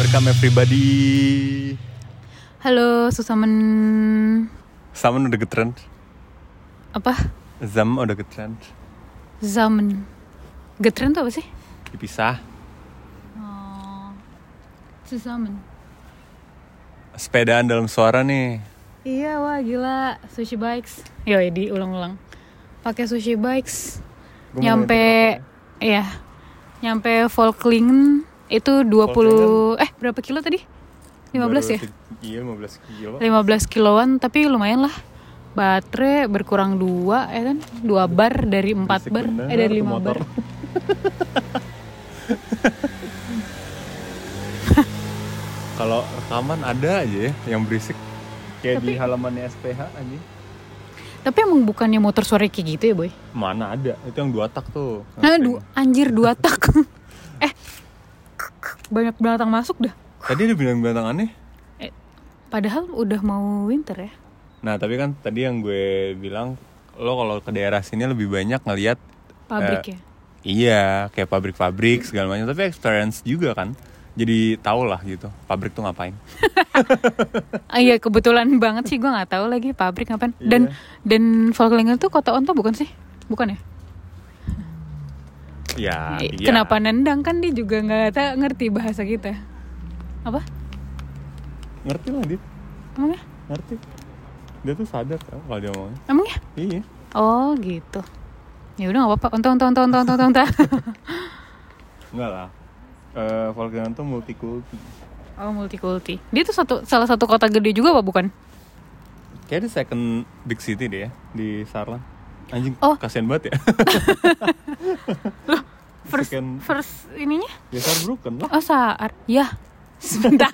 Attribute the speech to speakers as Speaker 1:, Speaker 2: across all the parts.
Speaker 1: Welcome everybody.
Speaker 2: Halo, susamen
Speaker 1: Samen udah getrend.
Speaker 2: apa?
Speaker 1: Zam udah getrend.
Speaker 2: Zaman. Getren tuh apa sih?
Speaker 1: Dipisah.
Speaker 2: Susamen.
Speaker 1: Sepedaan dalam suara nih.
Speaker 2: Iya, wah gila. Sushi bikes. Yo, diulang-ulang. Pakai sushi bikes.
Speaker 1: Gua mau
Speaker 2: nyampe iya. Nyampe Volklingen itu 20 eh berapa kilo tadi? 15 ya?
Speaker 1: Iya 15 kilo.
Speaker 2: 15 kiloan tapi lumayan lah. Baterai berkurang dua ya kan? Dua bar dari empat
Speaker 1: Berisik
Speaker 2: bar
Speaker 1: bener
Speaker 2: eh dari
Speaker 1: tuh
Speaker 2: lima
Speaker 1: motor.
Speaker 2: bar.
Speaker 1: Kalau rekaman ada aja ya yang berisik. Kayak di halamannya SPH aja.
Speaker 2: Tapi emang bukannya motor suara kayak gitu ya, Boy?
Speaker 1: Mana ada? Itu yang dua tak tuh.
Speaker 2: Nah, du- anjir dua tak. eh, banyak binatang masuk dah.
Speaker 1: Tadi ada bilang-bilang aneh.
Speaker 2: Eh, padahal udah mau winter ya.
Speaker 1: Nah tapi kan tadi yang gue bilang lo kalau ke daerah sini lebih banyak ngelihat Eh.
Speaker 2: Pabrik ya.
Speaker 1: iya kayak pabrik-pabrik segala macam tapi experience juga kan jadi tau lah gitu pabrik tuh ngapain
Speaker 2: Ah, iya kebetulan banget sih gue nggak tahu lagi pabrik ngapain. Dan dan Volklingen tuh kota onta bukan sih? Bukan ya?
Speaker 1: ya
Speaker 2: Eh,
Speaker 1: iya.
Speaker 2: Kenapa nendang kan dia juga nggak ta- ngerti bahasa kita. Apa?
Speaker 1: ngerti lah dia
Speaker 2: Emangnya?
Speaker 1: ngerti dia tuh sadar kan kalau dia ngomongnya
Speaker 2: Emangnya?
Speaker 1: iya
Speaker 2: Oh gitu. Ya udah nggak apa-apa. Onta onta onta onta onta onta.
Speaker 1: enggak lah Eh Volkswagen tuh multikulti
Speaker 2: oh multikulti. Dia tuh satu salah satu kota gede juga apa bukan?
Speaker 1: kayak the second big city deh ya di Sarla anjing
Speaker 2: Oh.
Speaker 1: kasihan banget ya
Speaker 2: First
Speaker 1: Second-
Speaker 2: first ininya?
Speaker 1: ya Saarbrücken lah
Speaker 2: Oh Saar, ya sebentar.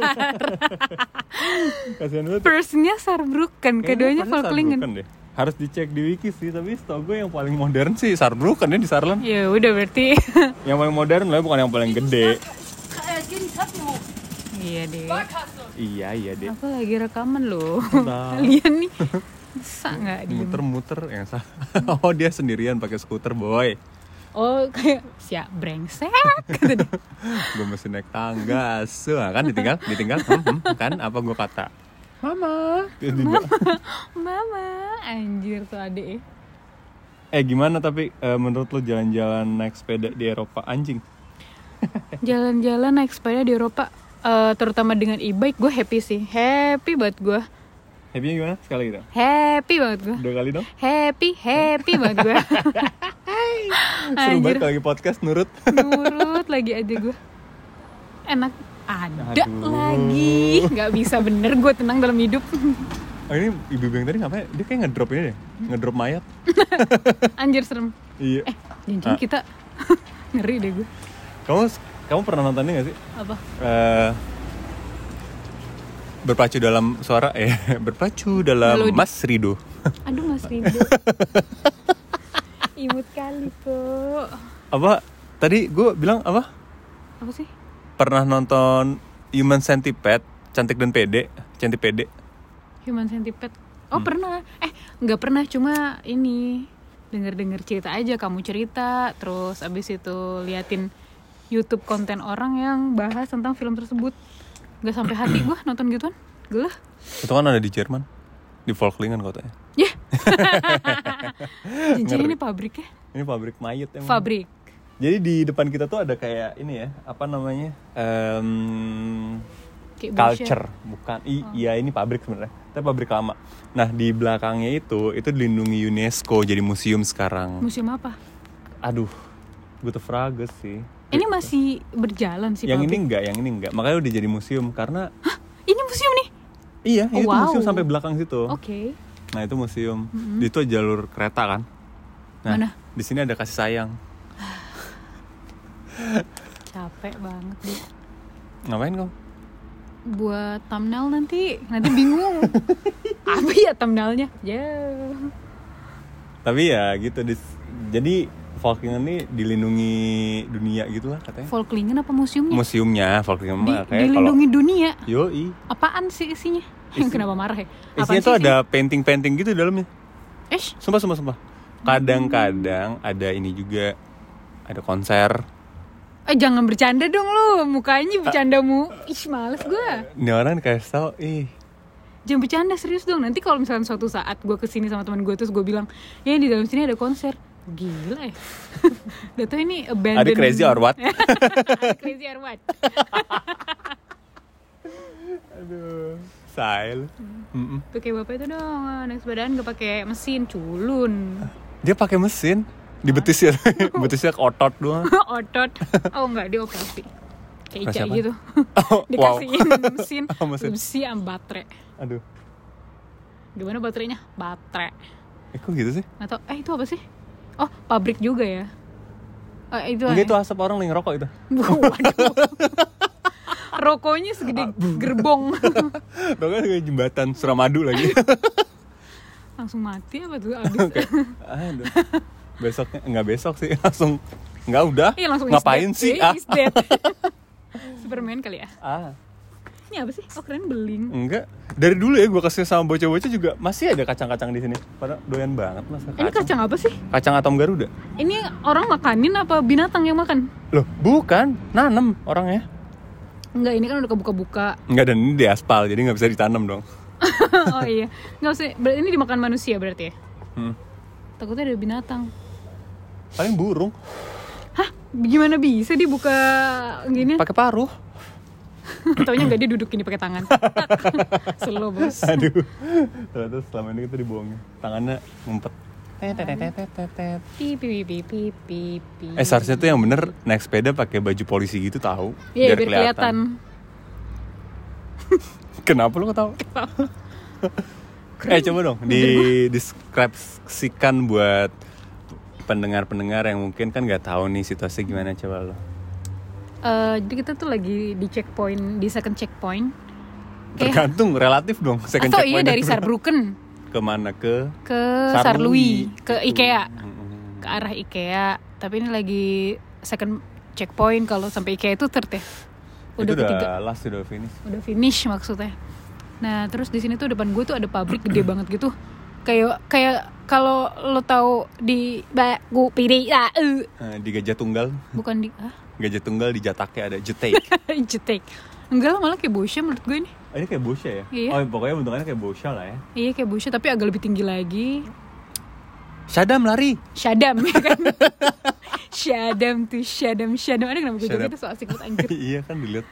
Speaker 1: kasihan banget
Speaker 2: Firstnya Saarbrücken,
Speaker 1: Kayaknya
Speaker 2: keduanya
Speaker 1: pasti Saarbrücken
Speaker 2: Volklingen.
Speaker 1: deh. Harus dicek di wiki sih, tapi setahu gue yang paling modern sih Saarbrücken ya di Saarland.
Speaker 2: Ya udah berarti.
Speaker 1: Yang paling modern lah bukan yang paling gede.
Speaker 2: iya deh.
Speaker 1: Iya iya deh.
Speaker 2: Aku lagi rekaman loh.
Speaker 1: Nah.
Speaker 2: Kalian nih bisa
Speaker 1: Hmm.
Speaker 2: nggak di?
Speaker 1: Muter-muter yang salah. Oh dia sendirian pakai skuter boy.
Speaker 2: Oh kayak siap brengsek kata dia.
Speaker 1: Gue mesti naik tangga, so kan ditinggal, ditinggal, hmm, hmm, kan apa gue kata? Mama. Tiba-tiba.
Speaker 2: Mama, anjir tuh adek. ya.
Speaker 1: Eh gimana tapi eh, menurut lo jalan-jalan naik sepeda di Eropa anjing?
Speaker 2: Jalan-jalan naik sepeda di Eropa, eh, terutama dengan e-bike, gue happy sih. Happy banget gue.
Speaker 1: Happy gimana? Sekali gitu.
Speaker 2: Happy banget gue.
Speaker 1: Dua kali dong.
Speaker 2: Happy, happy banget gue.
Speaker 1: Seru banget kalau lagi podcast nurut.
Speaker 2: Nurut lagi aja gue Enak ada
Speaker 1: Aduh.
Speaker 2: lagi nggak bisa bener gue tenang dalam hidup
Speaker 1: Oh, ini ibu yang tadi ngapain? Dia kayak ngedrop ini deh, ngedrop mayat.
Speaker 2: Anjir serem
Speaker 1: Iya.
Speaker 2: Jangan kita Ngeri deh gue
Speaker 1: Kamu kamu pernah nonton ini gak sih?
Speaker 2: Apa?
Speaker 1: Eh, berpacu dalam suara eh berpacu dalam
Speaker 2: Melodi.
Speaker 1: Mas Rido.
Speaker 2: Aduh mas Rido Imut kali kok
Speaker 1: Apa tadi gue bilang apa?
Speaker 2: Apa sih?
Speaker 1: Pernah nonton Human Centipede, cantik dan pede, cantik pede.
Speaker 2: Human centipede
Speaker 1: Hmm.
Speaker 2: Oh pernah Eh nggak pernah cuma ini Denger-denger cerita aja Kamu cerita Terus abis itu liatin Youtube konten orang yang bahas tentang film tersebut Nggak sampai hati gue nonton gituan Geleh
Speaker 1: Itu kan ada di Jerman, di Volklingen kotanya.
Speaker 2: Ya. Cincin ini pabrik ya?
Speaker 1: Ini pabrik mayat emang.
Speaker 2: Pabrik.
Speaker 1: Jadi di depan kita tuh ada kayak ini ya, apa namanya? Em
Speaker 2: Kayak
Speaker 1: culture bukan
Speaker 2: Oh.
Speaker 1: i- iya ini pabrik sebenarnya tapi pabrik lama nah di belakangnya itu itu dilindungi UNESCO jadi museum
Speaker 2: Bullshit.
Speaker 1: sekarang
Speaker 2: Museum apa?
Speaker 1: aduh gue tuh frage sih
Speaker 2: Ini masih berjalan sih
Speaker 1: Gitu. yang ini
Speaker 2: pabrik.
Speaker 1: enggak yang ini enggak makanya udah jadi museum karena
Speaker 2: Hah, ini museum nih.
Speaker 1: iya ini tuh
Speaker 2: Oh, Wow.
Speaker 1: museum sampai belakang situ
Speaker 2: Oke.
Speaker 1: nah itu museum itu jalur kereta kan nah
Speaker 2: Mana?
Speaker 1: di sini ada kasih sayang
Speaker 2: Capek banget deh.
Speaker 1: ngapain kau
Speaker 2: Buat thumbnail nanti nanti bingung. apa ya thumbnailnya? Ya.
Speaker 1: tapi ya gitu dis- jadi Volkingen ini dilindungi dunia gitu lah katanya
Speaker 2: Volklingen apa museumnya?
Speaker 1: museumnya Volkingen
Speaker 2: Di-
Speaker 1: mah kayak ya, kalau
Speaker 2: dilindungi dunia.
Speaker 1: yoi
Speaker 2: Apaan sih isinya? Kenapa marah ya? Apaan
Speaker 1: Isinya
Speaker 2: sih
Speaker 1: tuh
Speaker 2: isinya?
Speaker 1: ada painting-painting gitu dalamnya.
Speaker 2: Eh,
Speaker 1: Sumpah,
Speaker 2: Hmm.
Speaker 1: sumpah, sumpah. Kadang-kadang ada ini juga, ada konser.
Speaker 2: eh jangan bercanda dong lu
Speaker 1: Ah.
Speaker 2: mukanya bercandamu ih males gua
Speaker 1: Ini orang dikasih tau, ih
Speaker 2: jangan bercanda serius dong nanti kalau misalnya suatu saat gue kesini sama teman gue terus gue bilang ya di dalam sini ada konser gila ya udah tau ini abandoned
Speaker 1: Are you crazy or what?
Speaker 2: Are you crazy or what?
Speaker 1: Aduh, Sail.
Speaker 2: Hmm.
Speaker 1: Mm-mm.
Speaker 2: tuh kayak bapak itu dong Oh, naik sepedaan gak pakai mesin culun
Speaker 1: Dia pakai mesin di betisnya, betisnya otot doang.
Speaker 2: otot oh enggak dia operasi kayak Ica
Speaker 1: Operasi apa?
Speaker 2: gitu
Speaker 1: Oh, wow.
Speaker 2: dikasihin mesin
Speaker 1: Oh, mesin.
Speaker 2: besi sama baterai
Speaker 1: Aduh,
Speaker 2: gimana baterainya baterai
Speaker 1: eh, kok gitu sih?
Speaker 2: atau eh itu apa sih oh pabrik juga ya oh, itu
Speaker 1: Enggak
Speaker 2: ya?
Speaker 1: itu asap orang lagi ngerokok itu.
Speaker 2: Waduh. Rokoknya segede gerbong.
Speaker 1: Rokoknya kayak jembatan Suramadu lagi.
Speaker 2: Langsung mati apa tuh abis?
Speaker 1: Kayak, Aduh. Besoknya enggak besok sih langsung enggak udah.
Speaker 2: Iya langsung is
Speaker 1: Ngapain
Speaker 2: dead.
Speaker 1: sih? Ah.
Speaker 2: Iya, is dead. Superman kali ya.
Speaker 1: ah.
Speaker 2: Ini apa sih? Oh keren beling.
Speaker 1: Enggak. Dari dulu ya gue kasih sama bocah-bocah juga masih ada kacang-kacang di sini. Padahal doyan banget mas kacang.
Speaker 2: Ini kacang apa sih?
Speaker 1: Kacang atom Garuda.
Speaker 2: Ini orang makanin apa binatang yang makan?
Speaker 1: Loh, bukan. Nanem orangnya.
Speaker 2: Enggak, ini kan udah kebuka-buka.
Speaker 1: Enggak dan ini di aspal jadi nggak bisa ditanam dong.
Speaker 2: oh iya. Enggak usah. Berarti ini dimakan manusia berarti ya?
Speaker 1: Hmm.
Speaker 2: Takutnya ada binatang.
Speaker 1: Paling burung.
Speaker 2: Hah? Gimana bisa dibuka gini?
Speaker 1: Pakai paruh.
Speaker 2: Taunya enggak dia duduk gini pakai tangan. Slow bos.
Speaker 1: Aduh. Ternyata selama ini kita dibohongin. Tangannya ngumpet.
Speaker 2: Pi pi pi pi pi pi.
Speaker 1: Eh seharusnya tuh yang bener naik sepeda pakai baju polisi gitu tahu.
Speaker 2: Iya, biar kelihatan.
Speaker 1: Kenapa lu ketawa? eh coba dong di deskripsikan buat pendengar-pendengar yang mungkin kan nggak tahu nih situasinya gimana coba lo.
Speaker 2: Eh, jadi kita tuh lagi di checkpoint, di second checkpoint. Kayak
Speaker 1: Tergantung relatif dong. Second
Speaker 2: atau iya
Speaker 1: checkpoint
Speaker 2: dari
Speaker 1: itu
Speaker 2: Sarbrücken
Speaker 1: kemana ke?
Speaker 2: ke
Speaker 1: Sarlui.
Speaker 2: Sarlui, ke
Speaker 1: Gitu.
Speaker 2: IKEA,
Speaker 1: Mm-mm.
Speaker 2: ke arah IKEA. Tapi ini lagi second checkpoint kalau sampai IKEA itu third ya. Udah
Speaker 1: Itu udah
Speaker 2: ketiga,
Speaker 1: last udah finish.
Speaker 2: udah finish maksudnya. Nah, terus di sini tuh depan gue tuh ada pabrik gede banget gitu. Kayak kayak kalau lo tahu di Bagu Piri, ah, eh.
Speaker 1: Eh, di gajah tunggal,
Speaker 2: bukan di ah,
Speaker 1: gajah tunggal di jataknya ada jetek.
Speaker 2: Jetek. Enggak lah malah kayak bosnya menurut gue nih.
Speaker 1: Ini kayak bosha ya?
Speaker 2: Iya.
Speaker 1: Oh, pokoknya bentukannya kayak bosha lah ya.
Speaker 2: Iya kayak bosnya tapi agak lebih tinggi lagi.
Speaker 1: Shadam lari.
Speaker 2: Syadam ya kan. Syadam tuh Syadam Syadam. Ada kenapa gue
Speaker 1: Syadam.
Speaker 2: joget itu so asik banget anjir.
Speaker 1: iya kan dilihat.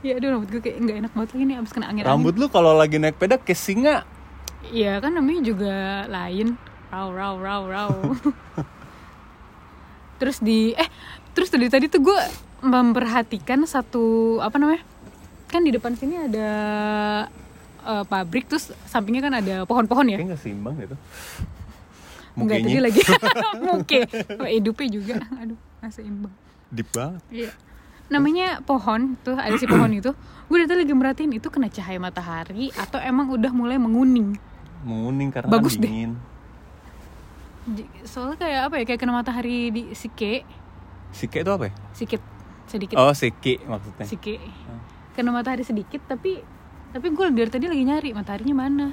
Speaker 2: Ya aduh rambut gue kayak nggak enak banget lagi nih abis kena angin.
Speaker 1: Rambut lu kalau lagi naik peda kayak singa.
Speaker 2: Iya kan namanya juga lain. Raw raw raw raw. terus di eh terus dari tadi tuh gue memperhatikan satu apa namanya? Kan di depan sini ada eh, pabrik terus sampingnya kan ada pohon-pohon ya.
Speaker 1: Kayak nggak seimbang gitu.
Speaker 2: Enggak tadi
Speaker 1: Mukanya
Speaker 2: lagi Muke Oh, Hidupnya juga Aduh Nasi imbang
Speaker 1: deep banget.
Speaker 2: Iya Namanya pohon tuh Ada si pohon itu Gue dari tadi lagi merhatiin Itu kena cahaya matahari Atau emang udah mulai menguning
Speaker 1: Menguning karena
Speaker 2: Bagus
Speaker 1: kan
Speaker 2: deh.
Speaker 1: dingin.
Speaker 2: J- Soalnya kayak apa ya Kayak kena matahari di sike
Speaker 1: Sike itu apa ya?
Speaker 2: Sikit Sedikit
Speaker 1: Oh, siki maksudnya.
Speaker 2: Sike Kena matahari sedikit Tapi Tapi gue dari tadi lagi nyari Mataharinya mana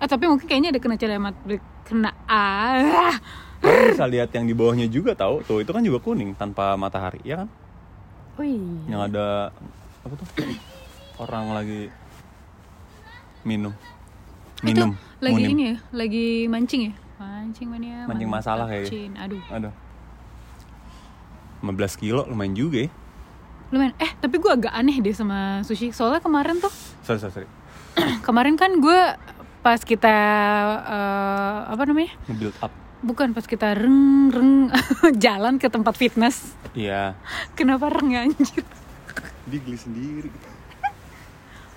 Speaker 2: Eh tapi mungkin kayaknya ada kena cahaya matahari Kena ah
Speaker 1: Kamu bisa lihat yang di bawahnya juga tahu. Tuh, itu kan juga kuning tanpa matahari, ya kan?
Speaker 2: Oh iya
Speaker 1: Yang ada apa tuh? Orang lagi minum. Minum.
Speaker 2: itu lagi
Speaker 1: munim.
Speaker 2: ini ya lagi mancing ya mancing mania
Speaker 1: Mancing masalah kayaknya.
Speaker 2: mancing. aduh
Speaker 1: Aduh. 15 kilo lumayan juga ya.
Speaker 2: lumayan eh tapi gue agak aneh deh sama sushi soalnya kemarin tuh
Speaker 1: Sorry, sorry, sorry.
Speaker 2: kemarin kan gue pas kita eh, apa namanya
Speaker 1: Nge-build up.
Speaker 2: bukan pas kita reng reng jalan ke tempat fitness
Speaker 1: Iya.
Speaker 2: kenapa reng ya, anjir
Speaker 1: Dia geli sendiri.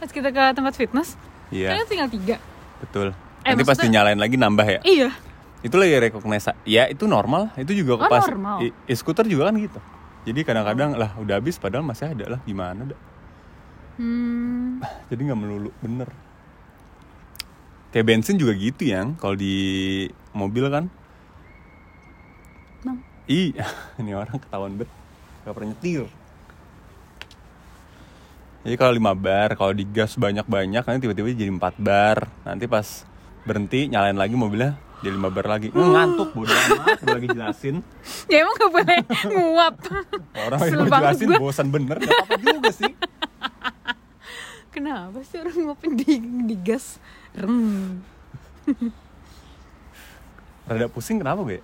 Speaker 2: pas kita ke tempat fitness
Speaker 1: Iya,
Speaker 2: ternyata tinggal tiga
Speaker 1: betul.
Speaker 2: Eh,
Speaker 1: Nanti pasti
Speaker 2: maksudnya-
Speaker 1: nyalain lagi nambah ya.
Speaker 2: iya
Speaker 1: itu lagi recognize ya itu normal itu juga
Speaker 2: Oh,
Speaker 1: pas
Speaker 2: normal.
Speaker 1: i- i- skuter juga kan gitu jadi kadang-kadang lah udah habis padahal masih ada lah gimana dah
Speaker 2: hmm,
Speaker 1: jadi nggak melulu bener kayak bensin juga gitu yang kalau di mobil kan
Speaker 2: Bang.
Speaker 1: ih ini orang ketahuan bet gak pernah nyetir jadi kalau 5 bar kalau di gas banyak-banyak nanti tiba-tiba jadi 4 bar nanti pas berhenti nyalain lagi mobilnya jadi mabar lagi
Speaker 2: Hmm.
Speaker 1: "Eh, ngantuk bodoh amat gua lagi jelasin
Speaker 2: ya emang gak boleh nguap
Speaker 1: orang
Speaker 2: Kesel
Speaker 1: yang mau
Speaker 2: banget
Speaker 1: jelasin
Speaker 2: gua.
Speaker 1: bosan bener gak apa-apa juga sih
Speaker 2: kenapa sih orang nguap di, di gas rem
Speaker 1: rada pusing kenapa gue ya?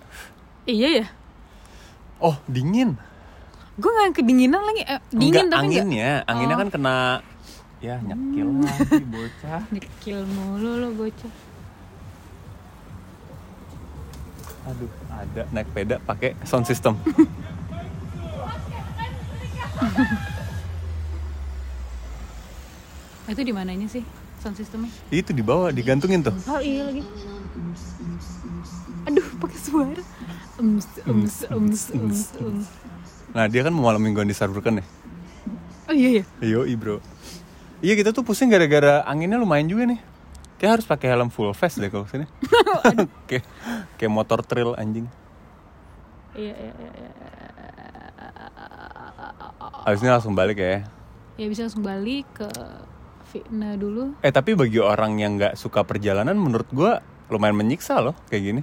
Speaker 2: iya ya
Speaker 1: oh dingin
Speaker 2: gue nggak kedinginan lagi eh, dingin
Speaker 1: Enggak,
Speaker 2: tapi nggak
Speaker 1: anginnya anginnya
Speaker 2: Oh. Hmm.
Speaker 1: kan kena ya nyekil lagi bocah
Speaker 2: Dekil mulu lo bocah
Speaker 1: aduh ada naik peda pakai sound system
Speaker 2: Nah, itu di mananya sih sound systemnya
Speaker 1: itu di bawah digantungin tuh
Speaker 2: oh iya lagi aduh pakai suara ums ums ums ums ums
Speaker 1: nah dia kan mau malam mingguan di Sarburkan ya
Speaker 2: oh iya ya
Speaker 1: Yoi bro Iya kita tuh pusing gara-gara anginnya lumayan juga nih Kayak harus pakai helm full face deh kalau sini Kayak kayak motor trail anjing
Speaker 2: iya iya iya iya.
Speaker 1: Abis ini langsung balik ya
Speaker 2: ya bisa langsung balik ke Fitna dulu
Speaker 1: Eh tapi bagi orang yang nggak suka perjalanan menurut gua lumayan menyiksa loh kayak gini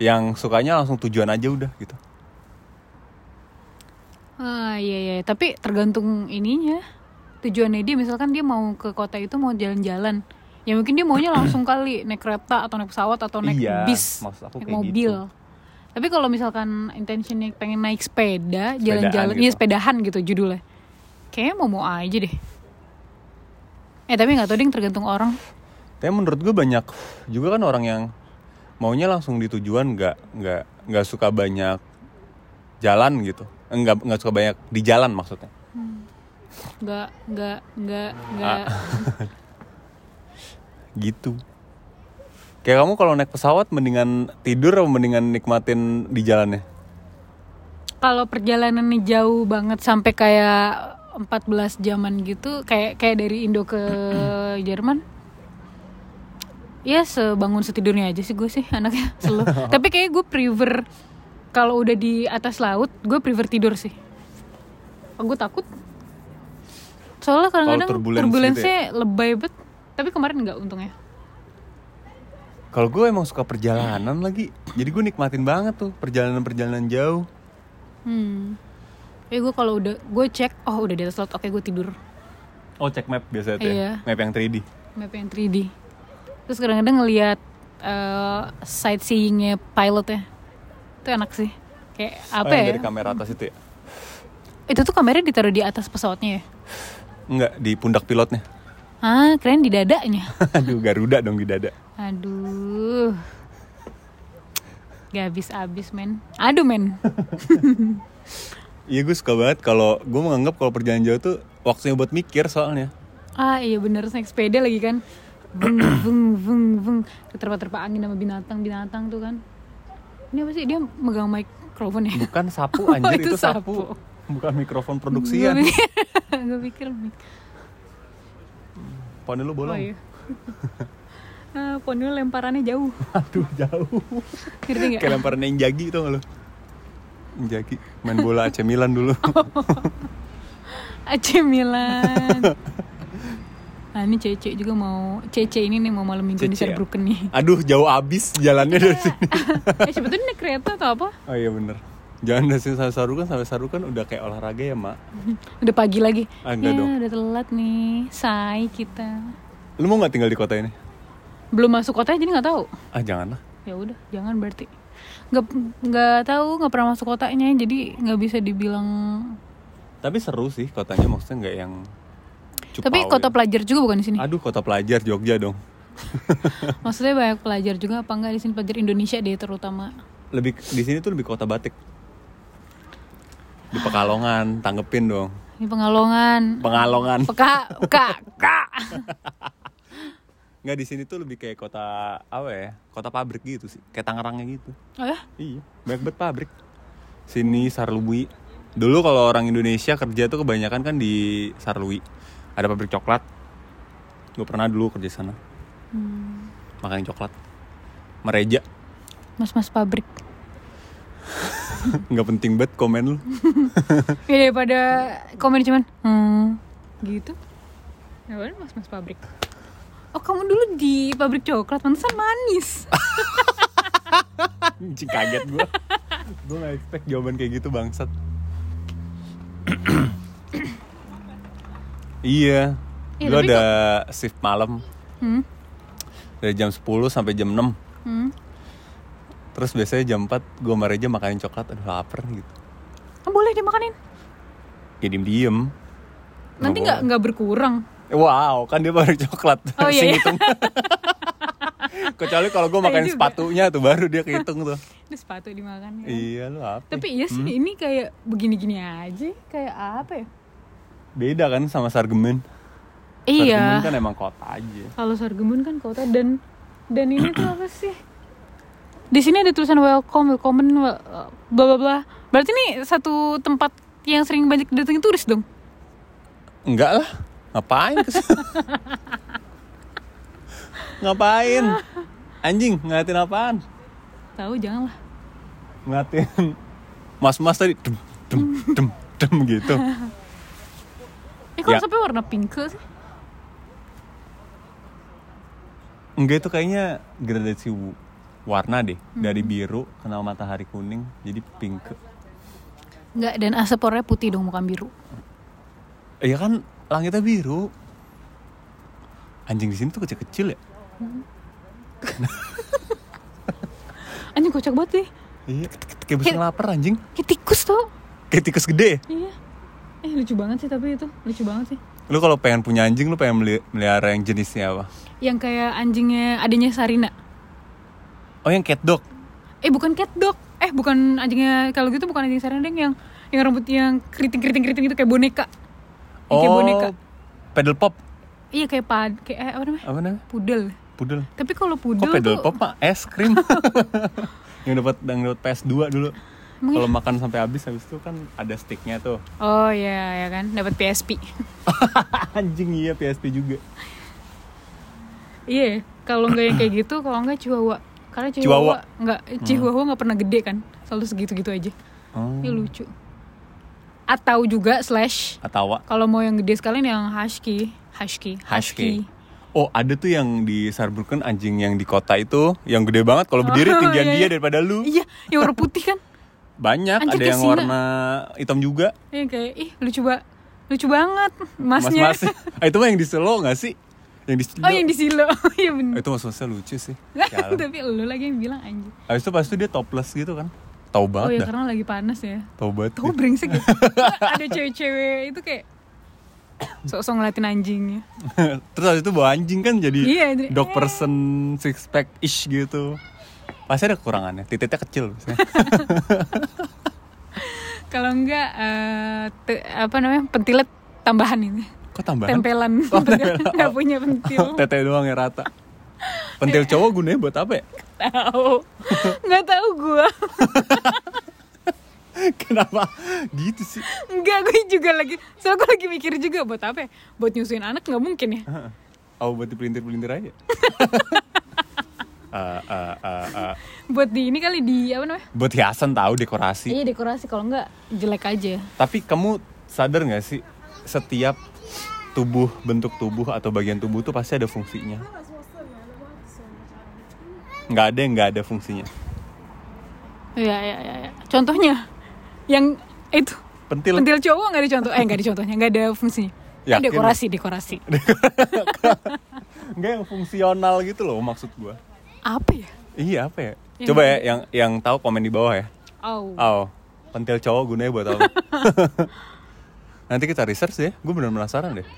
Speaker 1: Yang sukanya langsung tujuan aja udah gitu
Speaker 2: Ah iya iya, tapi tergantung ininya. Tujuannya dia misalkan dia mau ke kota itu mau jalan-jalan. Ya mungkin dia maunya langsung kali naik kereta atau naik pesawat atau naik
Speaker 1: Iya,
Speaker 2: bis,
Speaker 1: maksud aku
Speaker 2: naik
Speaker 1: kayak
Speaker 2: mobil.
Speaker 1: gitu.
Speaker 2: Tapi kalau misalkan intentionnya pengen naik sepeda,
Speaker 1: Sepedaan
Speaker 2: jalan-jalan,
Speaker 1: gitu.
Speaker 2: iya sepedahan gitu judulnya. Kayaknya mau mau aja deh. Eh tapi nggak tahu ding tergantung orang.
Speaker 1: Tapi menurut gue banyak juga kan orang yang maunya langsung di tujuan nggak nggak nggak suka banyak jalan gitu nggak nggak suka banyak di jalan maksudnya
Speaker 2: Nggak nggak nggak nggak.
Speaker 1: Ah. gitu kayak kamu kalau naik pesawat mendingan tidur atau mendingan nikmatin di jalannya
Speaker 2: kalau perjalanannya jauh banget sampai kayak 14 jaman gitu kayak kayak dari Indo ke Jerman ya sebangun setidurnya aja sih gue sih anaknya selalu tapi kayak gue prefer kalau udah di atas laut gue prefer tidur sih gue takut soalnya kadang-kadang
Speaker 1: turbulence gitu
Speaker 2: turbulensnya lebay banget tapi kemarin nggak untungnya
Speaker 1: kalau gue emang suka perjalanan lagi jadi gue nikmatin banget tuh perjalanan perjalanan jauh
Speaker 2: hmm ya gue kalau udah gue cek oh udah di atas laut oke gue tidur
Speaker 1: oh cek map biasanya tuh
Speaker 2: Iya.
Speaker 1: ya map yang 3D
Speaker 2: map yang 3D terus kadang-kadang ngelihat eh, sightseeingnya pilot ya itu enak sih kayak
Speaker 1: Oh,
Speaker 2: apa
Speaker 1: yang
Speaker 2: ya
Speaker 1: dari kamera atas itu ya
Speaker 2: itu tuh kameranya ditaruh di atas pesawatnya ya
Speaker 1: enggak di pundak pilotnya
Speaker 2: ah keren di dadanya
Speaker 1: aduh Garuda dong di dada
Speaker 2: aduh gak habis habis men aduh men
Speaker 1: Iya gue suka banget kalau gue menganggap kalau perjalanan jauh tuh waktunya buat mikir soalnya.
Speaker 2: ah iya bener naik sepeda lagi kan vung vung vung vung terpa-terpa angin sama binatang binatang tuh kan ini apa sih dia megang microphone ya
Speaker 1: Bukan sapu
Speaker 2: Oh,
Speaker 1: anjir
Speaker 2: itu
Speaker 1: itu, sapu.
Speaker 2: sapu.
Speaker 1: Bukan mikrofon produksian.
Speaker 2: gue pikir mic.
Speaker 1: Pone lu
Speaker 2: Oh
Speaker 1: bolong.
Speaker 2: iya. Ah, poni lu lemparannya jauh.
Speaker 1: Aduh jauh.
Speaker 2: Ngerti nggak?
Speaker 1: Kayak lemparan Injagi tuh lo. Injagi main bola AC Milan dulu.
Speaker 2: Oh. AC Milan. Nah ini Cece juga mau Cece ini nih mau malam minggu di
Speaker 1: Cece ya?
Speaker 2: Saarbrücken nih
Speaker 1: Aduh jauh abis jalannya dari sini.
Speaker 2: Eh sebetulnya naik kereta atau apa?
Speaker 1: Oh iya bener. Jalan dari sini sampai Sarukan sampai Sarukan udah kayak olahraga ya mak.
Speaker 2: Udah pagi lagi
Speaker 1: Ah, enggak
Speaker 2: Ya,
Speaker 1: dong.
Speaker 2: udah telat nih Say kita
Speaker 1: Lu mau nggak tinggal di kota ini?
Speaker 2: Belum masuk kotanya jadi nggak tahu
Speaker 1: Ah janganlah.
Speaker 2: Ya udah jangan berarti Nggak, nggak tahu nggak pernah masuk kotanya Jadi nggak bisa dibilang
Speaker 1: Tapi seru sih kotanya maksudnya nggak yang. cupau
Speaker 2: Tapi kota
Speaker 1: gitu.
Speaker 2: pelajar juga bukan di sini
Speaker 1: Aduh kota pelajar Jogja dong. Ah.
Speaker 2: Maksudnya banyak pelajar juga apa enggak di sini pelajar Indonesia deh terutama
Speaker 1: lebih di sini tuh lebih kota batik di Pekalongan tanggepin dong
Speaker 2: Ini pengalongan.
Speaker 1: Pengalongan
Speaker 2: Peka, peka, peka.
Speaker 1: nggak di sini tuh lebih kayak kota apa ya kota pabrik gitu sih kayak Tangerangnya gitu
Speaker 2: Oh ya?
Speaker 1: iya banyak banget pabrik sini Sarlui dulu kalau orang Indonesia kerja tuh kebanyakan kan di Sarlui ada pabrik coklat gue pernah dulu kerja di sana makan coklat mereja
Speaker 2: Mas-mas pabrik.
Speaker 1: nggak penting banget komen lu
Speaker 2: Ya daripada komen cuman hmm, gitu. Ya udah mas-mas pabrik. Oh kamu dulu di pabrik coklat, mantesan manis.
Speaker 1: Anjing kaget gue Gue gak expect jawaban kayak gitu bangsat Iya
Speaker 2: Ih,
Speaker 1: Dulu
Speaker 2: tapi
Speaker 1: ada shift malam
Speaker 2: Hmm,
Speaker 1: Dari jam 10 sampai jam 6
Speaker 2: hmm.
Speaker 1: Terus biasanya jam 4 gue sama Reja makanin coklat Aduh lapar nih gitu
Speaker 2: Oh, boleh dimakanin.
Speaker 1: Ya diem-diem
Speaker 2: Nanti nggak nggak berkurang.
Speaker 1: Eh, Wow, kan dia baru coklat.
Speaker 2: Oh, iya,
Speaker 1: Masih
Speaker 2: iya.
Speaker 1: ngitung. Kecuali kalau gue makan
Speaker 2: Iya juga.
Speaker 1: sepatunya tuh baru dia kehitung tuh.
Speaker 2: Ini sepatu dimakan. ya.
Speaker 1: iya lu apa?
Speaker 2: Tapi iya sih, ini kayak begini-gini aja, kayak apa ya?
Speaker 1: Beda kan sama sargemen.
Speaker 2: Iya.
Speaker 1: Sargemen kan emang kota aja.
Speaker 2: Kalau Sorghumon kan kota dan dan ini tuh apa sih? Di sini ada tulisan welcome, welcome, wel- bla bla bla. Berarti ini satu tempat yang sering banyak datangin turis dong.
Speaker 1: Enggak lah. Ngapain kes- Ngapain? Anjing, ngatin apaan?
Speaker 2: Tahu janganlah.
Speaker 1: Ngatin mas-mas tadi dem dem dem dem gitu.
Speaker 2: Eh kok
Speaker 1: Ya.
Speaker 2: sampai warna pink sih?
Speaker 1: Enggak itu kayaknya gradasi w- warna deh. Dari biru kena matahari kuning jadi pink.
Speaker 2: Enggak, dan asap warnanya putih dong bukan biru.
Speaker 1: Iya kan langitnya biru. Anjing di sini tuh kecil-kecil ya.
Speaker 2: Anjing kocak banget sih.
Speaker 1: Iya. Kayak bisa ngelapar anjing.
Speaker 2: Kayak tikus tuh.
Speaker 1: Kayak tikus gede. ya?
Speaker 2: Iya. Eh lucu banget sih tapi itu, lucu banget sih.
Speaker 1: Lu kalau pengen punya anjing lu pengen meli- melihara yang jenisnya apa?
Speaker 2: Yang kayak anjingnya adanya Sarina.
Speaker 1: Oh yang cat dog.
Speaker 2: Eh bukan cat dog. Eh bukan anjingnya kalau gitu bukan anjing Sarina deng yang yang rambut yang keriting-keriting-keriting itu kayak boneka. Yang
Speaker 1: Oh.
Speaker 2: kayak boneka.
Speaker 1: Pedal pop.
Speaker 2: Iya kayak pad kayak eh, apa namanya?
Speaker 1: Apa namanya?
Speaker 2: Pudel.
Speaker 1: Pudel.
Speaker 2: Tapi kalau
Speaker 1: Kok
Speaker 2: pudel
Speaker 1: pedal
Speaker 2: tuh
Speaker 1: pop pak? Es krim. yang dapat yang dapat PS2 dulu.
Speaker 2: Emang
Speaker 1: Kalau makan sampai habis habis itu kan ada sticknya tuh.
Speaker 2: Oh iya ya kan dapat PSP.
Speaker 1: anjing iya PSP juga.
Speaker 2: Iya, kalau nggak yang kayak gitu, kalau nggak Chihuahua. Karena
Speaker 1: Chihuahua. Hmm.
Speaker 2: Chihuahua nggak Chihuahua nggak pernah gede kan. Selalu segitu-gitu aja.
Speaker 1: Oh.
Speaker 2: Ini lucu. Atau juga slash
Speaker 1: Atawa.
Speaker 2: kalau mau yang gede sekalian yang husky, husky,
Speaker 1: Husky. Oh ada tuh yang di Sarburken anjing yang di kota itu yang gede banget kalau berdiri
Speaker 2: Oh,
Speaker 1: tinggian
Speaker 2: iya,
Speaker 1: dia
Speaker 2: iya.
Speaker 1: daripada lu
Speaker 2: Iya, yang warna putih kan.
Speaker 1: banyak ada
Speaker 2: Anjir, kayak
Speaker 1: yang
Speaker 2: singa.
Speaker 1: warna hitam juga
Speaker 2: Iya kayak ih lucu banget. Lucu banget masnya.
Speaker 1: mas mas ah, itu mah yang di Solo nggak sih yang di Solo
Speaker 2: Oh yang di silo. Iya
Speaker 1: Ah,
Speaker 2: bener.
Speaker 1: itu mas masnya lucu sih Sialan.
Speaker 2: Tapi lu lagi yang bilang anjing.
Speaker 1: abis itu pas itu dia topless gitu kan tau
Speaker 2: Oh
Speaker 1: banget
Speaker 2: ya
Speaker 1: dah
Speaker 2: karena lagi panas ya.
Speaker 1: tau banget
Speaker 2: Tahu
Speaker 1: dia.
Speaker 2: brengsek ya. Ada cewek-cewek itu kayak sok-sok ngeliatin ya. anjingnya.
Speaker 1: terus abis itu bawa anjing kan jadi
Speaker 2: Iya, jadi,
Speaker 1: dog person six pack ish gitu pasti ada kekurangannya titiknya kecil biasanya.
Speaker 2: Kalau enggak eh, te- apa namanya? pentilet tambahan ini.
Speaker 1: kok tambahan
Speaker 2: Tempelan.
Speaker 1: Oh, tempelan.
Speaker 2: Enggak punya pentil.
Speaker 1: tete doang yang rata pentil
Speaker 2: Iya.
Speaker 1: cowok gunanya buat apa ya
Speaker 2: Tahu. Enggak tahu gua.
Speaker 1: Kenapa gitu sih?
Speaker 2: Enggak, gue juga lagi. Soalnya gue lagi mikir juga buat apa ya? Buat nyusuin anak nggak mungkin ya.
Speaker 1: Oh buat dipelintir-pelintir aja. Eh, eh, eh, eh.
Speaker 2: Buat di ini kali di apa namanya?
Speaker 1: Buat hiasan tahu dekorasi.
Speaker 2: Iya dekorasi kalau enggak jelek aja.
Speaker 1: Tapi kamu sadar nggak sih setiap tubuh bentuk tubuh atau bagian tubuh tuh pasti ada fungsinya. Nggak ada yang nggak ada fungsinya.
Speaker 2: Iya, iya, iya. iya. Contohnya yang itu
Speaker 1: Pentil.
Speaker 2: pentil cowok nggak ada contoh, eh nggak ada contohnya, nggak ada fungsinya. Kan
Speaker 1: Yakin?
Speaker 2: dekorasi, dekorasi.
Speaker 1: Nggak yang fungsional gitu loh maksud gua.
Speaker 2: Apa ya?
Speaker 1: Iya apa ya?
Speaker 2: Yang-
Speaker 1: Coba ya yang yang tahu komen di bawah ya.
Speaker 2: Oh,
Speaker 1: Oh, pentil cowok gunanya buat apa? Nanti kita research deh, gue bener penasaran deh.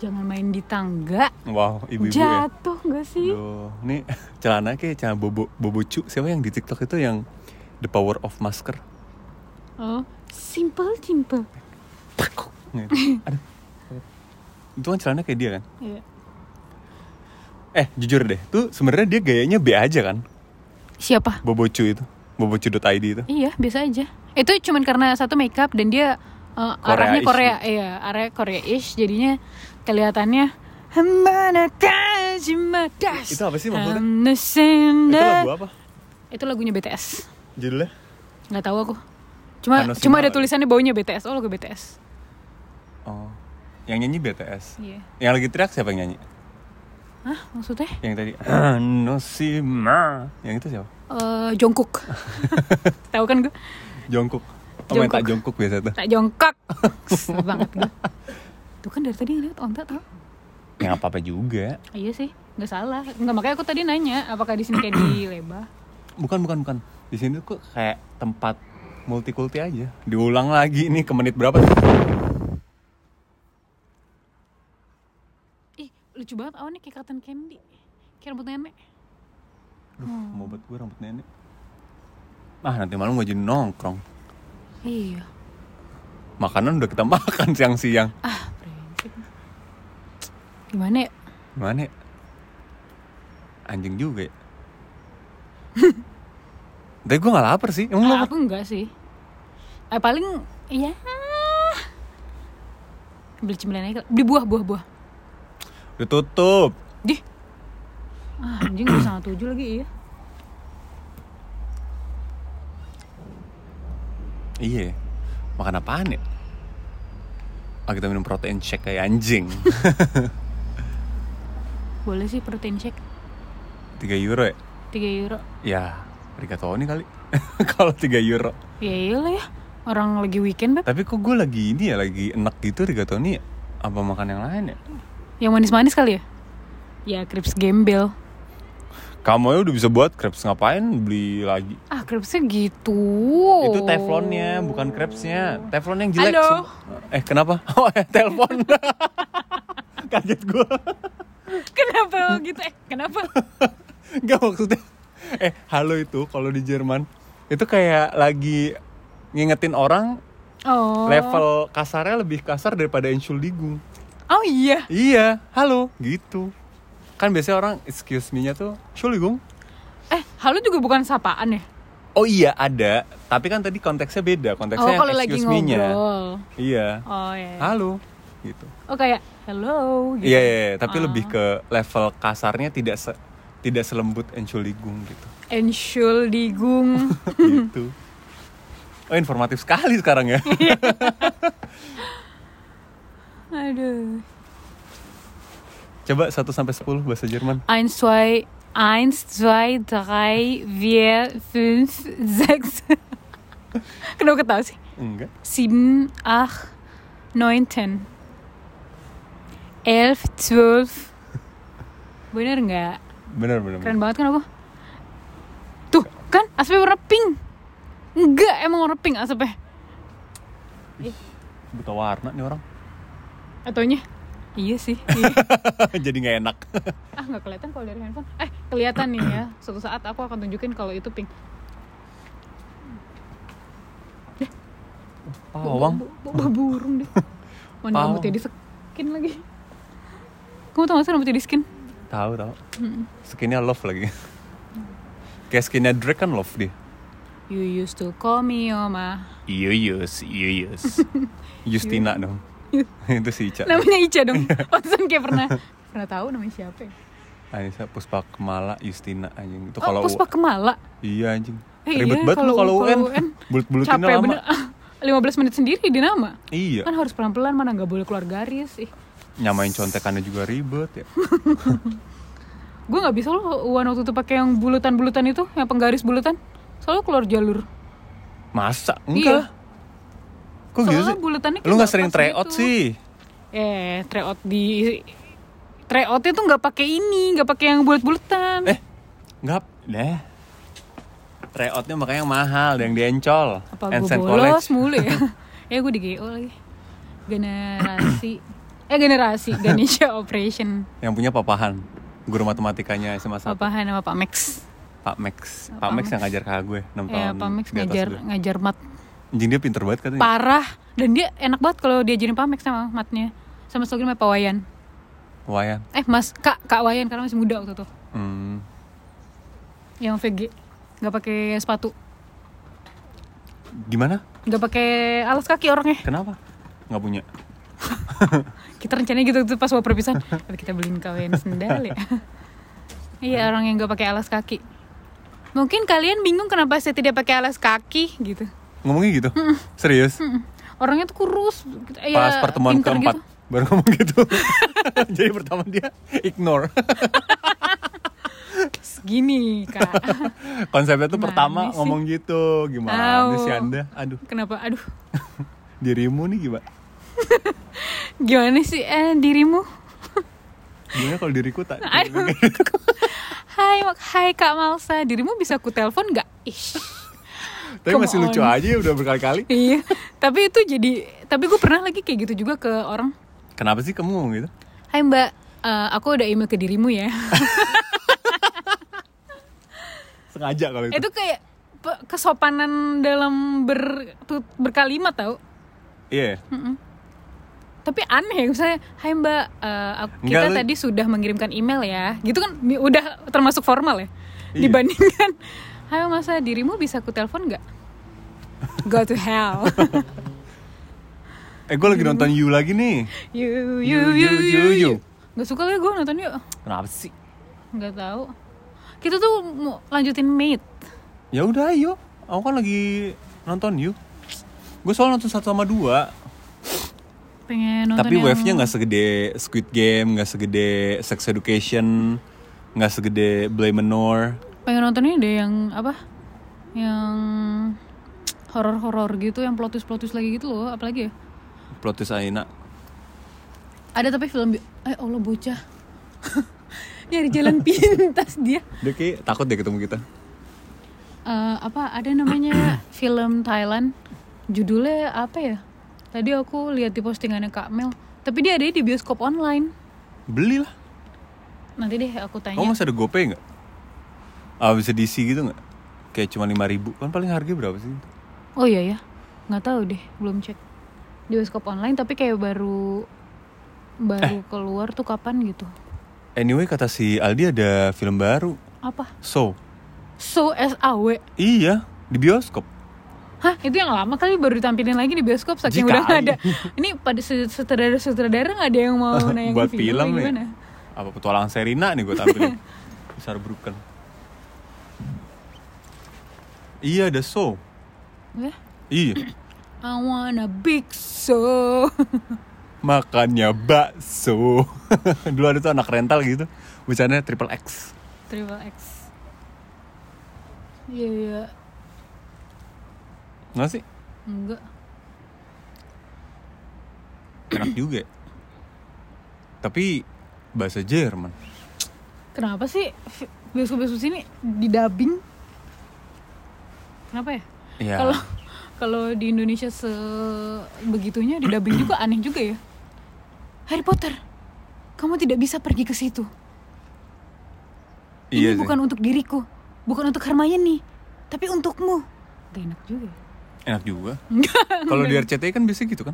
Speaker 2: jangan main di tangga.
Speaker 1: Wow, ibu-ibu ya.
Speaker 2: Jatuh nggak sih?
Speaker 1: Duh, nih celana kayak celana bobo bobocu. Siapa yang di TikTok itu yang the power of masker?
Speaker 2: Oh, simple, simple.
Speaker 1: Takuk. Gitu. Aduh. Itu kan celana kayak dia kan.
Speaker 2: Iya.
Speaker 1: Eh, jujur deh, tuh sebenarnya dia gayanya B aja kan.
Speaker 2: Siapa?
Speaker 1: Bobocu itu. Bobocu.id itu.
Speaker 2: Iya, biasa aja. Itu cuman karena satu makeup dan dia eh, arahnya
Speaker 1: Korea-ish
Speaker 2: Korea, iya, arahnya Korea-ish jadinya kelihatannya Hamana Kajimadas.
Speaker 1: Itu apa sih maksudnya?
Speaker 2: I'm the same
Speaker 1: Itu
Speaker 2: that-
Speaker 1: lagu apa?
Speaker 2: Itu lagunya BTS.
Speaker 1: Judulnya?
Speaker 2: Nggak tahu aku. Cuma
Speaker 1: Hanosima
Speaker 2: cuma ada
Speaker 1: kali.
Speaker 2: tulisannya baunya BTS. Oh, lagu BTS.
Speaker 1: Oh. Yang nyanyi BTS.
Speaker 2: Iya.
Speaker 1: Yang lagi teriak siapa yang nyanyi?
Speaker 2: Hah, maksudnya?
Speaker 1: Yang tadi Noshima Yang itu siapa?
Speaker 2: Eh, jongkok. Tahu kan gue?
Speaker 1: Jongkok Oh main
Speaker 2: Jongkook.
Speaker 1: tak jongkok biasa tuh
Speaker 2: Tak jongkok. Kesel banget gue. Tuh kan dari tadi ngeliat onta tau.
Speaker 1: Yang apa-apa juga
Speaker 2: Ah, iya sih, nggak salah. Nggak makanya aku tadi nanya apakah di sini kayak di Leba.
Speaker 1: Bukan bukan bukan Di sini tuh kok kayak tempat multikulti aja Diulang lagi nih ke menit berapa tuh?
Speaker 2: Ih, lucu banget awannya kayak cotton candy. Kayak rambut nenek.
Speaker 1: Duh, mau buat gue rambut nenek Ah nanti malam gue jadi nongkrong
Speaker 2: Iya.
Speaker 1: Makanan udah kita makan siang-siang
Speaker 2: Ah, brengsek. Gimana ya?
Speaker 1: Gimana ya? Anjing juga ya Tapi gue gak lapar sih Emang
Speaker 2: Ah,
Speaker 1: lapar?
Speaker 2: aku enggak sih. Eh, paling iya. Beli cemilan aja. Beli buah, buah, buah.
Speaker 1: Udah tutup
Speaker 2: Dih. Ah, anjing udah sangat tujuh lagi, iya.
Speaker 1: Iya. Makan apaan ya? Ah, kita minum protein shake kayak anjing.
Speaker 2: Boleh sih protein shake
Speaker 1: 3 euro ya?
Speaker 2: 3 euro.
Speaker 1: Ya, rigatoni kali. Kalau 3 euro.
Speaker 2: Ya iyalah ya. Orang lagi weekend, Beb.
Speaker 1: Tapi kok gue lagi ini ya, lagi enak gitu rigatoni ya? Apa makan yang lain ya?
Speaker 2: Yang manis-manis kali ya? Ya, crepes gembel.
Speaker 1: Kamu ya udah bisa buat crepes ngapain beli lagi?
Speaker 2: Ah, crepesnya gitu.
Speaker 1: Itu teflonnya, bukan crepesnya. Teflon yang jelek.
Speaker 2: Halo?
Speaker 1: sem- Eh, kenapa? Oh, ya, telepon. Kaget gue.
Speaker 2: Kenapa lo gitu? Eh, kenapa?
Speaker 1: Enggak maksudnya Eh halo itu kalau di Jerman Itu kayak lagi ngingetin orang
Speaker 2: Oh.
Speaker 1: Level kasarnya lebih kasar daripada Entschuldigung
Speaker 2: Oh iya.
Speaker 1: Iya halo gitu Kan biasanya orang excuse me nya tuh Entschuldigung
Speaker 2: Eh, halo juga bukan sapaan ya?
Speaker 1: Oh iya ada Tapi kan tadi konteksnya beda
Speaker 2: oh,
Speaker 1: Konteksnya
Speaker 2: kalau
Speaker 1: yang
Speaker 2: lagi
Speaker 1: excuse me nya
Speaker 2: ngobrol.
Speaker 1: Iya
Speaker 2: Oh iya.
Speaker 1: Halo gitu
Speaker 2: Oh kayak hello gitu.
Speaker 1: Iya, iya, iya, tapi
Speaker 2: Ah.
Speaker 1: lebih ke level kasarnya tidak se- tidak selembut Entschuldigung gitu
Speaker 2: Entschuldigung.
Speaker 1: gitu. Oh informatif sekali sekarang ya.
Speaker 2: Aduh.
Speaker 1: Coba 1 sampai 10 bahasa Jerman.
Speaker 2: Eins, zwei, eins, zwei, drei, vier, fünf, sechs. Kenapa ketawa sih?
Speaker 1: Enggak.
Speaker 2: Sieben, acht, neun, ten. Elf, zwölf. Bener nggak?
Speaker 1: Benar benar.
Speaker 2: Keren banget kan aku? Tuh, kan asapnya warna pink. Enggak, emang warna pink asapnya.
Speaker 1: Buta warna nih orang.
Speaker 2: Atonya? Iya sih. Iya.
Speaker 1: Jadi nggak enak.
Speaker 2: ah, nggak kelihatan kalau dari handphone. Eh, kelihatan nih ya. Suatu saat aku akan tunjukin kalau itu pink. Oh,
Speaker 1: Pawang.
Speaker 2: Bawa- bawa burung deh. Mana
Speaker 1: Pawang.
Speaker 2: rambutnya disekin lagi. Kamu tau gak sih rambutnya diskin?
Speaker 1: Tahu tahu. Skinnya love lagi. Kayak skinnya Drake kan love dia.
Speaker 2: You used to call me Oma.
Speaker 1: Yuyus, yuyus. Justina dong. Itu si Ica.
Speaker 2: Iya. Namanya Ica dong.
Speaker 1: Iya.
Speaker 2: Pantesan kayak pernah pernah tahu namanya siapa ya?
Speaker 1: Anissa Puspa Kemala Justina anjing. Itu
Speaker 2: Oh,
Speaker 1: kalau
Speaker 2: Puspa Kemala.
Speaker 1: Iya anjing.
Speaker 2: Eh,
Speaker 1: Ribet
Speaker 2: iya,
Speaker 1: banget lu
Speaker 2: kalau-
Speaker 1: kalau
Speaker 2: kalau
Speaker 1: UN.
Speaker 2: UN.
Speaker 1: Bulut-bulutinnya
Speaker 2: Capek bener.
Speaker 1: lama.
Speaker 2: 15 menit sendiri di nama.
Speaker 1: Iya.
Speaker 2: Kan harus pelan-pelan, mana nggak boleh keluar garis. Ih,
Speaker 1: Nyamain contekannya juga ribet ya.
Speaker 2: gue nggak bisa loh Uan waktu itu pakai yang bulutan-bulutan itu, yang penggaris bulutan. Selalu keluar jalur.
Speaker 1: Masa? Enggak. Kok gitu
Speaker 2: Iya. Soalnya
Speaker 1: sih?
Speaker 2: bulutannya kayak
Speaker 1: Lu
Speaker 2: nggak
Speaker 1: nggak sering
Speaker 2: pas
Speaker 1: tryout
Speaker 2: gitu.
Speaker 1: sih.
Speaker 2: Eh, tryout di tryoutnya tuh nggak pakai ini, nggak pakai yang bulat-bulatan.
Speaker 1: Eh, nggak deh. Tryoutnya makanya yang mahal, yang diencol.
Speaker 2: Apa gue bolos mulu ya? ya gue di GO lagi. Generasi, eh generasi Ganesha Operation.
Speaker 1: Yang punya papahan, guru matematikanya SMA 1.
Speaker 2: Apa nama Pak Max?
Speaker 1: Pak Max. Pak Max yang ngajar ke gue 6
Speaker 2: Ya,
Speaker 1: tahun.
Speaker 2: Pak Max
Speaker 1: di atas
Speaker 2: ngajar
Speaker 1: gue.
Speaker 2: ngajar mat
Speaker 1: Anjing dia pinter banget katanya.
Speaker 2: parah dan dia enak banget kalau diajarin Pak Max sama matnya. Sama satu lagi namanya Pak Wayan.
Speaker 1: Wayan.
Speaker 2: Eh, Mas, Kak, Kak Wayan karena masih muda waktu itu.
Speaker 1: Hmm.
Speaker 2: Yang VG. nggak pakai sepatu.
Speaker 1: Gimana?
Speaker 2: nggak pakai alas kaki orangnya.
Speaker 1: Kenapa? Nggak punya.
Speaker 2: kita rencananya gitu tuh pas mau perpisahan tapi kita beliin kawin sendal ya iya orang yang gak pakai alas kaki mungkin kalian bingung kenapa saya tidak pakai alas kaki gitu
Speaker 1: Ngomongnya gitu? Serius?
Speaker 2: orangnya tuh kurus gitu.
Speaker 1: Pas
Speaker 2: Iya,
Speaker 1: pertemuan
Speaker 2: Hmm. pinter
Speaker 1: keempat.
Speaker 2: gitu.
Speaker 1: baru ngomong gitu jadi pertama dia ignore
Speaker 2: Gini kak.
Speaker 1: konsepnya tuh
Speaker 2: Gimana
Speaker 1: pertama
Speaker 2: sih?
Speaker 1: ngomong gitu gimana
Speaker 2: Tahu.
Speaker 1: sih anda aduh
Speaker 2: Kenapa? Aduh.
Speaker 1: dirimu nih gimana
Speaker 2: Gimana sih eh, dirimu?
Speaker 1: gimana kalau diriku tak
Speaker 2: Aduh. Hai, Mak- hai Kak Malsa. Dirimu bisa ku telepon nggak? Ish.
Speaker 1: tapi
Speaker 2: Come
Speaker 1: masih lucu
Speaker 2: on.
Speaker 1: aja ya udah berkali-kali
Speaker 2: Iya. tapi itu jadi. Tapi gue pernah lagi kayak gitu juga ke orang.
Speaker 1: kenapa sih kamu ngomong gitu
Speaker 2: Hai Mbak, eh, aku udah email ke dirimu ya.
Speaker 1: sengaja kalau itu
Speaker 2: itu kayak pe- kesopanan dalam ber tu- berkalimat tau.
Speaker 1: iya
Speaker 2: Tapi aneh, misalnya, Hai Mbak, eh, aku-
Speaker 1: Enggak,
Speaker 2: kita
Speaker 1: lu-
Speaker 2: tadi sudah mengirimkan email ya. Gitu kan mi- udah termasuk formal ya.
Speaker 1: Iya.
Speaker 2: Dibandingkan, Hai masa dirimu bisa aku telepon nggak? Go to hell.
Speaker 1: eh gue lagi
Speaker 2: Hmm.
Speaker 1: nonton You lagi nih You,
Speaker 2: you, you, you,
Speaker 1: you,
Speaker 2: you,
Speaker 1: you,
Speaker 2: you.
Speaker 1: you.
Speaker 2: Gak suka ya gue nonton yuk.
Speaker 1: kenapa sih
Speaker 2: Gak tahu. Kita tuh mau lanjutin mate.
Speaker 1: ya udah ayo aku kan lagi nonton You gue soal nonton satu sama dua
Speaker 2: Pengen nonton
Speaker 1: tapi
Speaker 2: yang-
Speaker 1: wave-nya nggak segede Squid Game nggak segede Sex Education nggak segede Blame Manor
Speaker 2: pengen nontonnya deh yang apa yang horor-horor gitu yang plotis-plotis lagi gitu loh apalagi ya
Speaker 1: plot twist Aina
Speaker 2: ada tapi film bi- eh Allah bocah nyari jalan pintas dia
Speaker 1: dia kayak takut deh ketemu kita
Speaker 2: Eh, apa ada namanya film Thailand judulnya apa ya tadi aku lihat di postingannya Kak Mel tapi dia ada di bioskop online
Speaker 1: belilah
Speaker 2: nanti deh aku tanya
Speaker 1: kamu masih ada GoPay nggak ah, bisa diisi gitu nggak kayak cuma lima ribu kan paling harga berapa sih
Speaker 2: oh iya ya nggak tahu deh belum cek di bioskop online tapi kayak
Speaker 1: Eh.
Speaker 2: baru baru keluar tuh kapan gitu
Speaker 1: anyway kata si Aldi ada film baru
Speaker 2: apa
Speaker 1: So
Speaker 2: So SAW
Speaker 1: iya di bioskop
Speaker 2: Hah itu yang lama kali baru ditampilin lagi di bioskop saking
Speaker 1: Jika
Speaker 2: udah nggak
Speaker 1: kali.
Speaker 2: ada Ini pada se- sutradara-sutradara nggak ada yang mau nayangin
Speaker 1: buat
Speaker 2: video
Speaker 1: film
Speaker 2: apa
Speaker 1: ya
Speaker 2: gimana?
Speaker 1: apa petualangan Serina nih gue tampilin besar berukan iya ada So
Speaker 2: Ya?
Speaker 1: iya
Speaker 2: I wanna big so
Speaker 1: makannya bakso dulu ada tuh anak rental gitu bercandanya triple X
Speaker 2: Triple X Iya iya
Speaker 1: nggak sih
Speaker 2: Enggak
Speaker 1: enak juga ya. tapi bahasa Jerman
Speaker 2: Kenapa sih fi- bioskop-bioskop sini didubbing? Kenapa ya?
Speaker 1: ya
Speaker 2: Kalau kalau di Indonesia sebegitunya didubbing juga aneh juga ya. Harry Potter, kamu tidak bisa pergi ke situ.
Speaker 1: iya sih.
Speaker 2: Ini bukan untuk diriku, bukan untuk Hermione, tapi untukmu. Gak enak juga. ya.
Speaker 1: enak juga
Speaker 2: Enggak.
Speaker 1: kalau di RCTI kan biasanya gitu kan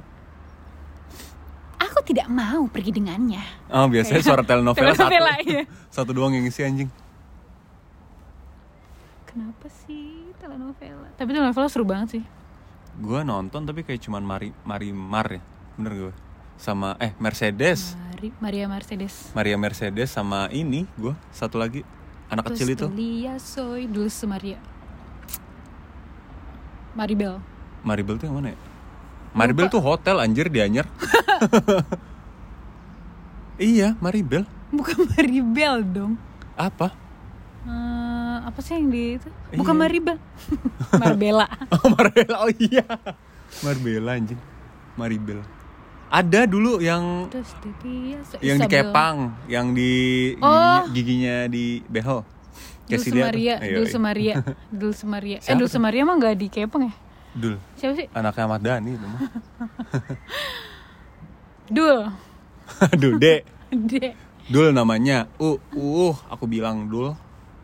Speaker 2: Aku tidak mau pergi dengannya.
Speaker 1: ah biasanya suara telenovela satu
Speaker 2: Telenovela, iya.
Speaker 1: satu doang yang ngisi anjing
Speaker 2: Kenapa sih telenovela? Tapi telenovela seru banget sih.
Speaker 1: gue nonton tapi kayak cuman mari marimar ya bener gue sama eh Mercedes
Speaker 2: Mari, Maria Mercedes.
Speaker 1: Maria Mercedes sama ini gue satu lagi anak kecil itu
Speaker 2: Lia Soy Dulce Maria. Maribel.
Speaker 1: Maribel tuh yang mana ya Maribel tuh hotel anjir di Anyer iya Maribel
Speaker 2: Bukan Maribel dong.
Speaker 1: apa
Speaker 2: Eh, apa sih yang di itu? Bukan
Speaker 1: Iya.
Speaker 2: Maribel. Marbella.
Speaker 1: Oh Marbella, oh iya Marbella anjing Maribel Ada dulu yang
Speaker 2: Terus dia se-
Speaker 1: yang di
Speaker 2: Isabel.
Speaker 1: Kepang Yang di
Speaker 2: Oh.
Speaker 1: giginya, giginya di behel
Speaker 2: Dulce
Speaker 1: dia tuh.
Speaker 2: Maria,
Speaker 1: Ayo,
Speaker 2: Dulce
Speaker 1: ayo.
Speaker 2: Maria, Dulce Maria. Eh
Speaker 1: Siapa
Speaker 2: Dulce Maria mah nggak di Kepang ya?
Speaker 1: Dul
Speaker 2: Siapa sih?
Speaker 1: Anaknya Ahmad Dhani itu mah
Speaker 2: Dul.
Speaker 1: Aduh Dek
Speaker 2: Dek.
Speaker 1: Dul namanya Uh, uh, aku bilang Dul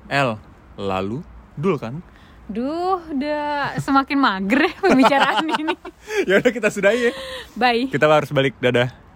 Speaker 1: L Lalu Dul kan
Speaker 2: Duh, udah semakin mager ya pembicaraan ini.
Speaker 1: Ya udah kita sudahi ya
Speaker 2: Bye.
Speaker 1: Kita harus balik, dadah